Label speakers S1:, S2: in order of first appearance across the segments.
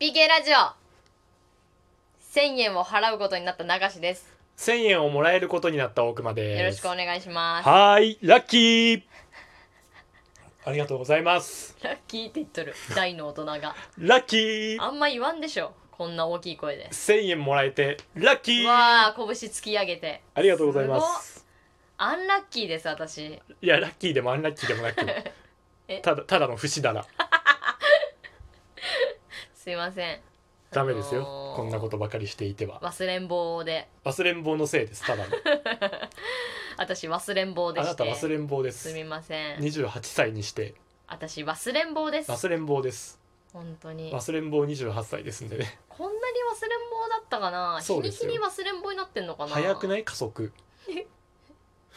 S1: PK ラジオ1000円を払うことになった流しです
S2: 1000円をもらえることになった大熊です
S1: よろしくお願いします
S2: はーいラッキーありがとうございます
S1: ラッキーって言っと る大の大人が
S2: ラッキー
S1: あんま言わんでしょこんな大きい声で
S2: 1000円もらえてラッキー
S1: わあ拳突き上げて
S2: ありがとうございます
S1: アンラッキーです私
S2: いやラッキーでもアンラッキーでもなく
S1: え
S2: ただただの節だら
S1: すいません
S2: ダメですよ、
S1: あのー
S2: こんなことばかりしていては
S1: 忘れん坊で
S2: 忘れん坊のせいですただの
S1: 私忘れん坊で
S2: あ
S1: して
S2: なた忘れん坊ですす
S1: みません
S2: 28歳にして
S1: 私忘れん坊です
S2: 忘れん坊です
S1: 本当に
S2: 忘れん坊28歳ですんでね
S1: こんなに忘れん坊だったかな日
S2: そう
S1: に
S2: です
S1: 日に
S2: よ
S1: 忘れん坊になってんのかな
S2: 早くない 加速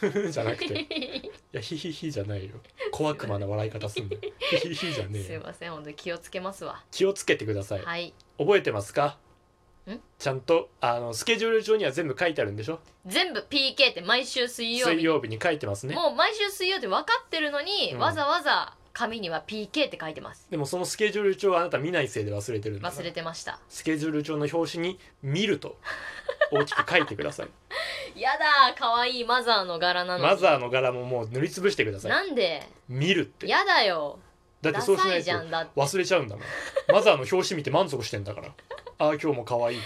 S2: じゃなくていやヒヒヒじゃないよ小悪魔な笑い方すんの よヒヒヒじゃね
S1: す
S2: え
S1: い
S2: よ
S1: ません本当に気をつけますわ
S2: 気をつけてください、
S1: はい
S2: 覚えてますか
S1: ん
S2: ちゃんとあのスケジュール帳には全部書いてあるんでしょ
S1: 全部 PK って毎週水曜日
S2: 水曜日に書いてますね
S1: もう毎週水曜って分かってるのに、
S2: うん
S1: わざわざ紙には PK って書いてます
S2: でもそのスケジュール帳はあなた見ないせいで忘れてるんだから
S1: 忘れてました
S2: スケジュール帳の表紙に「見る」 と大きく書いてください
S1: やだー可愛いマザーの柄なのに
S2: マザーの柄ももう塗りつぶしてください
S1: なんで
S2: 「見る」って
S1: やだよ
S2: だって
S1: ダ
S2: そうし
S1: サ
S2: ないい
S1: じ
S2: と
S1: ゃんだって
S2: 忘れちゃうんだもんマザーの表紙見て満足してんだからああ今日も可愛いって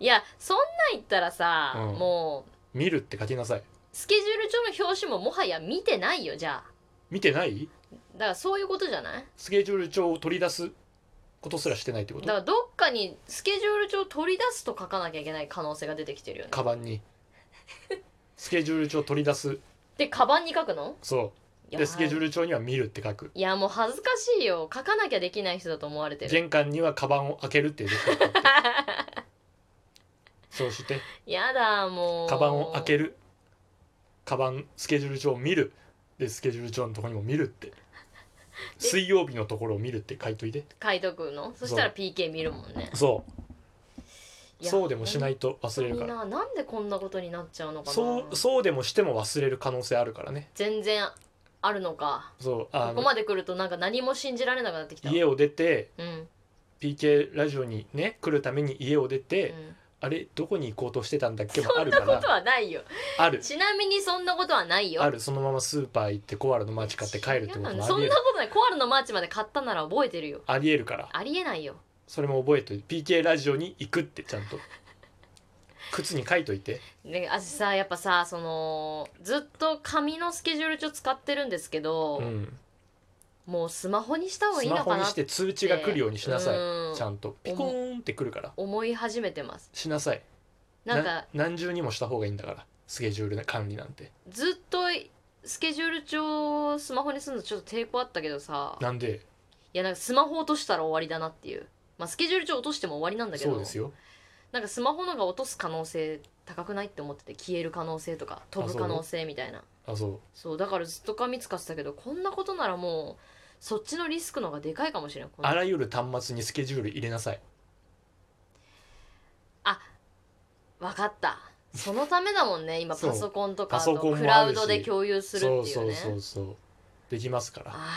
S1: いやそんなん言ったらさ、
S2: うん
S1: もう
S2: 見るって書きなさい
S1: スケジュール帳の表紙ももはや見てないよじゃあ
S2: 見てない
S1: だからそういうことじゃない
S2: スケジュール帳を取り出すことすらしてないってこ
S1: だか
S2: と
S1: らどっかにスケジュール帳取り出すと書かなきゃいけない可能性が出てきてるよね
S2: カバンにスケジュール帳取り出す
S1: でカバンに書くの
S2: そうでスケジュー
S1: ル
S2: ル帳には「見る」って書く
S1: いやもう恥ずかしいよ書かなきゃできない人だと思われてる
S2: 玄関にはカバンを開けるってい うことを書いてそうして
S1: やだもう
S2: カバンを開
S1: る
S2: けるカバンスケジュール帳を見るでスケジュール帳のところにも見るって水曜日のところを見るって書いといて
S1: 書いとくのそしたら PK 見るもんね
S2: そうそうでもしないいと
S1: や
S2: 忘れるから
S1: 本当にななんでこんなことになっちゃうのかな
S2: そうそうでもしても忘れる可能性あるからね
S1: 全然あるのか
S2: そう
S1: こ
S2: あ
S1: こ
S2: の
S1: まで来るとなんか何も信じられなくなってきた
S2: 家を出て
S1: うん
S2: PK ラジオにね来るために家を出
S1: う
S2: て、
S1: ん
S2: あれどこに行こうとしてたんだっけも
S1: そ
S2: あ
S1: ん
S2: る
S1: な
S2: か
S1: こと
S2: ら
S1: はないよ
S2: ある
S1: ちなみにそんなことはないよ
S2: あるそのままスーパー行ってコアラのマーチ買って帰るってこともあり
S1: 違うそん
S2: え
S1: な
S2: る
S1: ことないコアラのマーチまで買ったなら覚えてるよ
S2: ありえるから
S1: ありえないよ
S2: それも覚えといて PK ラジオに行くってちゃんと靴に書いといて
S1: ね私さやっぱさそのずっと紙のスケジュール帳使ってるんですけど、
S2: うん
S1: もうスマホにした方がい
S2: ス
S1: い
S2: マ
S1: の
S2: ホ
S1: か
S2: に
S1: な
S2: して通知が来るようにしなさい
S1: うん
S2: ちゃんとピコーンって来るから
S1: 思い始めてます
S2: しなさい
S1: なんか
S2: 何重にもした方がいいんだからスケジュール管理なんて
S1: ずっとスケジュール帳をスマホにするのちょっと抵抗あったけどさ
S2: なんで
S1: いやなんかスマホ落としたら終わりだなっていうまあスケジュール帳落としても終わりなんだけ
S2: そ
S1: ど
S2: うですよ
S1: なんかスマホのが落とす可能性高くないって思ってて消える可能性とか飛ぶ可能性みたいな
S2: あそう
S1: そうだからずっと紙使ってたけどこんなことならもうそっちのリスクの方がでかいかもしれないこの
S2: あらゆる端末にスケジュール入れなさい
S1: わかったそのためだもんね今
S2: そう
S1: パソコンとか
S2: パ
S1: あ
S2: ソ
S1: と
S2: コンもあるし
S1: クラウドで共有するっていう
S2: そ
S1: ね
S2: うそうそうそうできますから
S1: ああ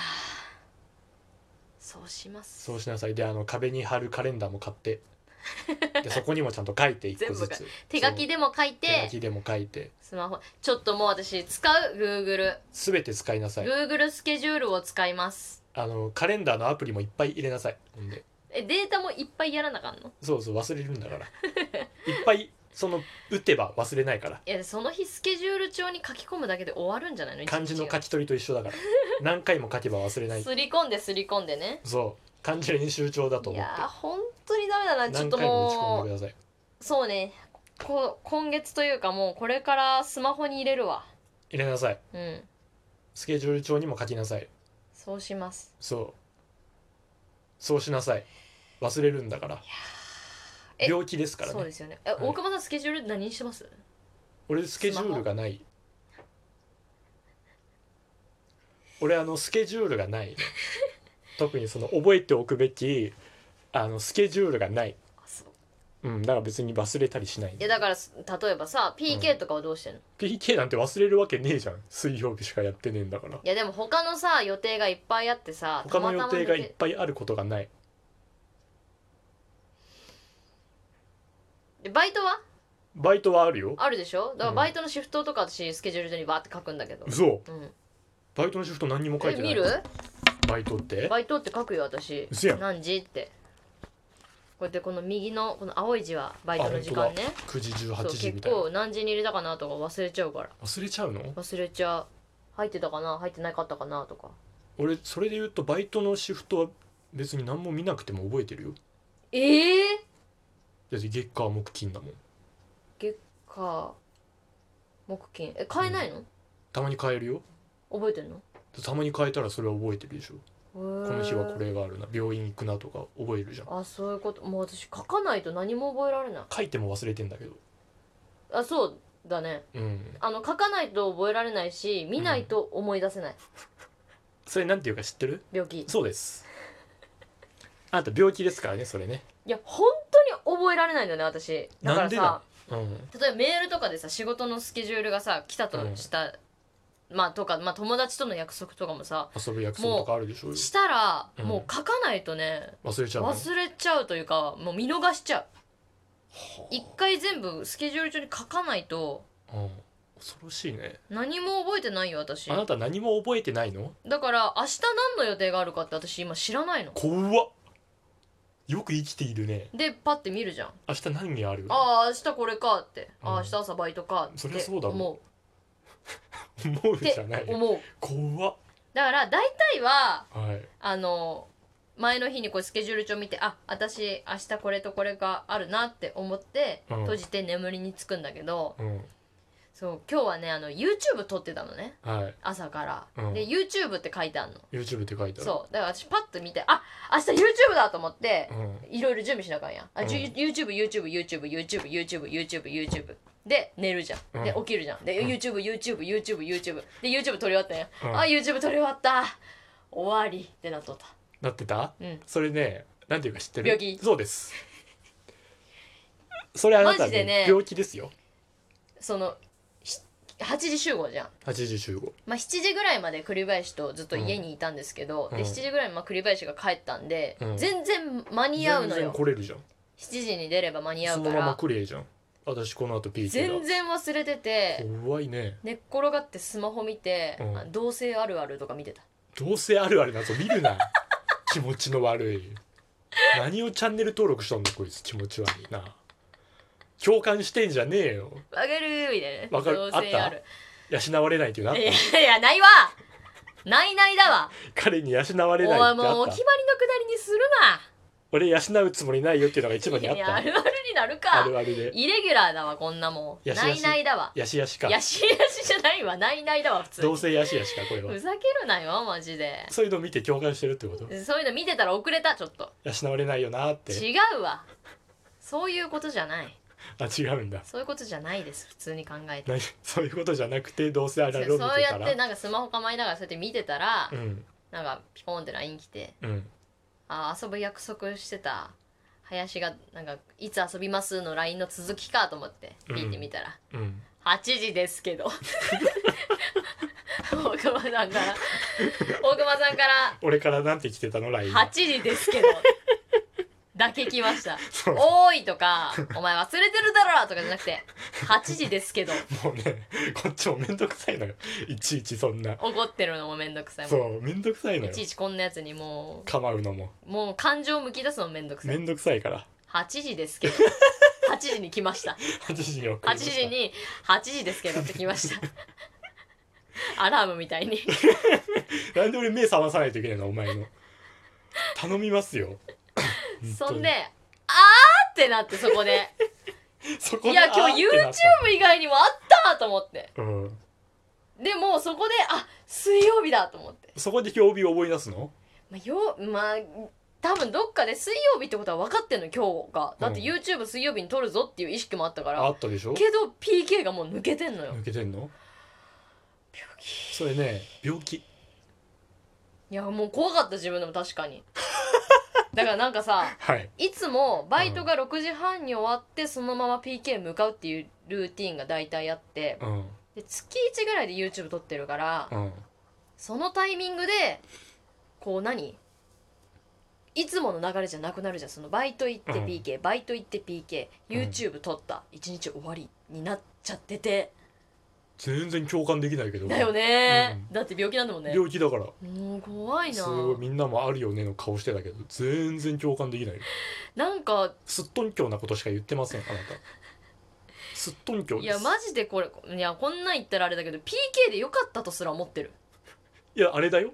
S1: そうします
S2: そうしなさいであの壁に貼るカレンダーも 買ってでそこにもちゃんと書いて一個ずつ
S1: 手書き
S2: で
S1: でも書い
S2: 手書
S1: て
S2: きでも書いて
S1: スマホちょっともう私使う GoogleGoogle
S2: 全て使いなさい
S1: スケジュールを使います
S2: あのカレンダーのアプリもいっぱい入れなさいほんで
S1: えデータもいっぱいやらなあかんの
S2: そうそう忘れるんだから いっぱいその打てば忘れないから
S1: いやその日スケジュール帳に書き込むだけで終わるんじゃないの
S2: 漢字の
S1: 書
S2: 書き取りと一緒だから何回も書けば忘れない
S1: すり込んですり込んでね
S2: そう漢字練習帳だと
S1: い
S2: 思っ
S1: や
S2: て
S1: ー本当にダメだなちょっ
S2: 何
S1: と
S2: 回も打ち込ん
S1: も
S2: で
S1: う
S2: ください
S1: そうねこ今月というかもうこれからスマホに入れるわ
S2: 入れなさい
S1: うん
S2: スケジュール帳にも書きなさい
S1: そうします
S2: そうそうしなさい忘れるんだから
S1: え
S2: 病気ですから
S1: そう
S2: ね
S1: ですよねえ、
S2: い
S1: 大熊さんスケジュール何にしてます
S2: 俺スケジュールがない俺あのスケジュール がない特にその覚えておくべきあのスケジュールがない
S1: あそう
S2: うんだから別に忘れたりしない
S1: いやだからす例えばさ PK とかはどうしてんの、
S2: PK なんて忘れるわけねえじゃん水曜日しかやってねえんだから
S1: いやでも他のさ予定がいっぱいあってさ
S2: 他の予定がい
S1: 抜
S2: っ
S1: け
S2: ぱいあることがない
S1: でバイトは
S2: バイトはあるよ
S1: あるでしょだか
S2: う
S1: ら
S2: ん
S1: バイトのシフトとか私スケジュール上にバーって書くんだけど、
S2: 嘘
S1: うん、
S2: バイトのシフト何にも書い
S1: え
S2: てない
S1: 見る
S2: バイトっ て
S1: バイトって書くよ私
S2: 嘘やん
S1: 何時ってこうやってこの右のこの青い字はバイトの時間ね
S2: 9時
S1: そう
S2: 18時
S1: 結
S2: みたいな
S1: 構何時に入れたかなとか忘れちゃうから
S2: 忘れちゃうの
S1: 忘れちゃう入ってたかな入ってなかったかなとか
S2: 俺それで言うとバイトのシフトは別に何も見なくても覚えてるよ
S1: ええ
S2: だって月火木金だもん
S1: 月火木金え変えないの、
S2: たまに変えるよ
S1: 覚えてんの
S2: たまに変えたらそれは覚えてるでしょ
S1: こ
S2: この日はこれがあるな病院行くなとか覚えるじゃん
S1: あそういうこともう私書かないと何も覚えられない
S2: 書いても忘れてんだけど
S1: あそうだね
S2: うん
S1: あの書かないと覚えられないし見ないと思い出せない、
S2: それなんていうか知ってる
S1: 病気い
S2: そうですあと病気ですからねそれね
S1: や本当に覚えられないんだよね私だか
S2: な
S1: ら
S2: んで
S1: さ
S2: だうん
S1: 例えばメールとかでさ仕事のスケジュールがさ来たとした、まあとか、まあ、友達との約束とかもさ
S2: 遊ぶ約束とかあるでしょうよ
S1: したら、
S2: うん
S1: もう書かないとね
S2: 忘れちゃうの
S1: 忘れちゃうというかもう見逃しちゃう一回全部スケジュール帳に書かないと
S2: うん恐ろしいね
S1: 何も覚えてないよ私
S2: あなた何も覚えてないの
S1: だから明日何の予定があるかって私今知らないの
S2: 怖っよく生きているね
S1: でパッて見るじゃん
S2: 明日何がある
S1: ああ明日これかって、ああ
S2: うん
S1: 明日朝バイトかって
S2: そりゃそうだろ
S1: 思う
S2: 思う
S1: って
S2: じゃない
S1: 思う
S2: 怖っ
S1: だから大体は
S2: はい
S1: あの前の日にこうスケジュール帳見てあ私明日これとこれがあるなって思って
S2: うん
S1: 閉じて眠りにつくんだけど、
S2: うん
S1: そう今日はねあの YouTube 撮ってたのね
S2: はい
S1: 朝から、
S2: うん
S1: で YouTube って書いてあるの
S2: YouTube って書いてある
S1: そうだから私パッと見てあ明日 YouTube だと思って、
S2: うん
S1: いろいろ準備しなあかんやんあ、じゅ
S2: うん
S1: YouTubeYouTubeYouTubeYouTubeYouTubeYouTube で寝るじゃん、で
S2: う
S1: 起きるじゃんで
S2: うん
S1: YouTubeYouTubeYouTubeYouTube で YouTube 撮り終わったんや、
S2: うん
S1: あ YouTube 撮り終わった終わりってなっとった
S2: なってた
S1: うん
S2: それねなんていうか知ってる
S1: 病気
S2: そうですそれあなた
S1: マジで
S2: ね
S1: ね
S2: 病気ですよ
S1: そのし8時集合じゃん、
S2: 8時集合
S1: まあ、7時ぐらいまで栗林とずっと家にいたんですけど、
S2: うん
S1: で
S2: うん
S1: 7時ぐらいにまあ栗林が帰ったんで、
S2: うん
S1: 全然間に合うの
S2: 全然
S1: よ
S2: 来れるじゃん
S1: 7時に出れば間に合
S2: そうの
S1: か
S2: まま
S1: ら
S2: 来れじゃん私この後 PK
S1: 全然忘れてて
S2: だ怖いね
S1: 寝っ転がってスマホ見て、
S2: うん
S1: あ同性あるあるとか見てた
S2: どうせあるあるなぞ見るな 気持ちの悪い何をチャンネル登録しとんのこいつ気持ち悪いな共感してんじゃねえよ
S1: わかるーみたいな
S2: わかる
S1: 同性ある
S2: 養われないっていうない
S1: やいやないわないないだわ
S2: 彼に養わ
S1: お
S2: れないって
S1: 前
S2: あっ
S1: もうお決
S2: た
S1: まりのくだりにする
S2: 俺養うつもりないよっていうのが一番にあ
S1: な
S2: っ
S1: いやあ
S2: た
S1: るあるになる
S2: あ
S1: か
S2: るあるで
S1: イレギュラーだわこんなもん
S2: やしやし
S1: ないないだわ
S2: やしやしか
S1: やしやしじゃないわないないだわ普通に
S2: どうせやしやしかこれは
S1: ふざけるなよマジで
S2: そういうの見て共感してるってこと
S1: そういうの見てたら遅れたちょっと
S2: 養われないよなって
S1: 違うわそういうことじゃない
S2: あ違うんだ
S1: そういうことじゃないです普通に考えて
S2: 何そういうことじゃなくてどうせある
S1: そ
S2: あ
S1: う
S2: るを見
S1: そう
S2: て
S1: や
S2: た
S1: って
S2: ら
S1: なんかスマホ構えながらそうやって見てたら、
S2: うん
S1: なんかピコンって LINE 来て
S2: うん
S1: 「あー遊ぶ約束してた林がなんかいつ遊びます?」の LINE の続きかと思って
S2: うん
S1: 見てみたら
S2: うん
S1: 「8時です けど」大熊さんから大熊さんから
S2: 俺からなんて来てた
S1: 「
S2: の LINE
S1: 8時です けど」だけ来ました「
S2: そう
S1: おーい」とか「お前忘れてるだろ」とかじゃなくて「8時ですけど
S2: もうねこっちもめんどくさいのよいちいちそんな」
S1: 怒ってるのもめんどくさいもん
S2: そうめんどくさいの
S1: い
S2: よ
S1: ちいちこんなやつにも
S2: 構うのも
S1: うもう感情をむき出すのもめんどくさ
S2: め
S1: い
S2: んどくさ いから
S1: 8時ですけど8時に来ました
S2: 8時に送り
S1: 8
S2: ました
S1: 時に8時ですけどって来ましたアラームみたいに
S2: なんで俺目覚まさないといけないのお前の頼みますよ
S1: そんで
S2: 本
S1: 「あー!」ってなってそこで
S2: 当にそ
S1: 「
S2: こ
S1: い
S2: で
S1: や今
S2: あ
S1: 日
S2: ーってなった
S1: YouTube 以外にもあった!」と思って
S2: うん
S1: でもうそこで「あ水曜日だ!」と思って、
S2: そこで曜日を思い出すの
S1: まあ、よまあ多分どっかで水曜日ってことは分かってんの今日がだって
S2: うん
S1: YouTube 水曜日に撮るぞっていう意識もあったから、
S2: あったでしょ
S1: けど PK がもう抜けてんのよ
S2: 抜けてんのそれね病気
S1: いやもう怖かった自分でも確かにだからなんかさ
S2: はい
S1: いつもバイトが6時半に終わってそのまま PK 向かうっていうルーティンが大体あって
S2: うん
S1: で月1ぐらいで YouTube 撮ってるから
S2: うん
S1: そのタイミングでこう何いつもの流れじゃなくなるじゃんそのバイト行って
S2: うん
S1: PK、バイト行って PKYouTube 撮った、一日終わりになっちゃってて
S2: 全然共感できないけど
S1: だよね、
S2: う
S1: だって病気なんだもんね
S2: 病気だから
S1: もう怖いな
S2: すごいみんなもあるよねの顔してたけど全然共感できないよ
S1: なんか
S2: すっとんきょうなことしか言ってませんあなたすっとんきょう
S1: い
S2: で
S1: や
S2: す
S1: マジでこれいやこんなん言ったらあれだけど PK でよかったとすら思ってる
S2: いやあれだよ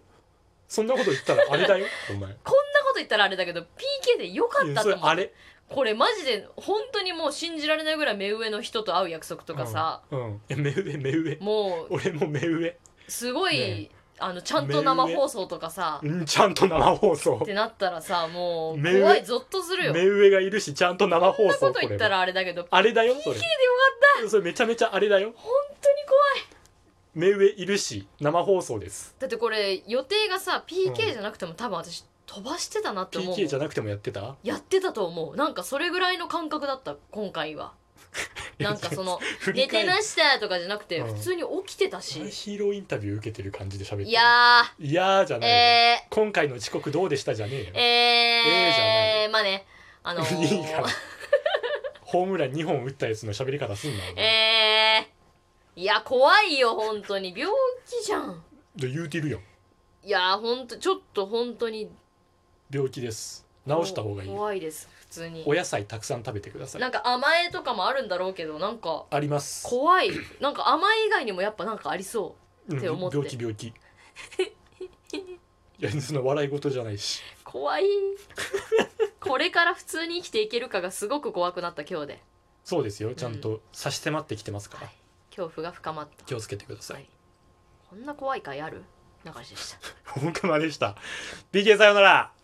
S2: そんなこと言ったらあれだよお前
S1: こんなこと言ったらあれだけど PK でよかっ
S2: い
S1: たと思
S2: やそれ
S1: って
S2: あれ
S1: これマジで本当にもう信じられないぐらい目上の人と会う約束とかさ、
S2: うん、うん、え目上目上
S1: もう
S2: 俺も目上、
S1: すごい、
S2: ね
S1: あのちゃんと生放送とかさ
S2: うん、ちゃんと生放
S1: っ
S2: 送
S1: てなったらさもう
S2: 目上
S1: 怖いゾッとするよ
S2: 目上がいるしちゃんと生放
S1: そん
S2: 送
S1: なこと言った
S2: こ
S1: らあれだけど
S2: れはあれだよそれ PK でよかったそれめちゃめちゃあれだよ
S1: 本当に怖い
S2: 目上いるし生放送です
S1: だってこれ予定がさ PK じゃなくても多分私飛ばしてたなって思う
S2: PK じゃなくてもやってた
S1: やってたと思うなんかそれぐらいの感覚だった今回 はなんかその
S2: 振
S1: 寝
S2: り返
S1: て
S2: り
S1: ましたとかじゃなくて
S2: うん
S1: 普通に起きてたし、
S2: ヒーローインタビュー受けてる感じで喋ってる
S1: いや
S2: いやーじゃ
S1: ー
S2: ないよ、
S1: えー、
S2: 今回の遅刻どうでしたじゃねえよ、
S1: え
S2: えーじゃな
S1: ー、まあね、あのー、
S2: いいからホームラン2本打ったやつの喋り方すんな、お前
S1: えー、いや、怖いよ、本当に。病気じゃん。
S2: で言うてるよ
S1: いや、本当ちょっと本当に。
S2: 病気です治した方がいい
S1: 怖いです、普通に
S2: お。野菜たくさん食べてください
S1: なんか甘えとかもあるんだろうけど、なんか
S2: あります
S1: 怖い。なんか甘え以外にもやっぱなんかありそ
S2: うん
S1: って思って
S2: 病気病気いやその笑い事じゃないし
S1: う。怖い。 これから普通に生きていけるかがすごく怖くなった今日で。
S2: そうですよちゃんと差し迫ってきてますから、
S1: はい恐怖が深まった。
S2: 気をつけてくださ
S1: はいいこんな怖い回ある流しでした。
S2: 本当までした BK さようなら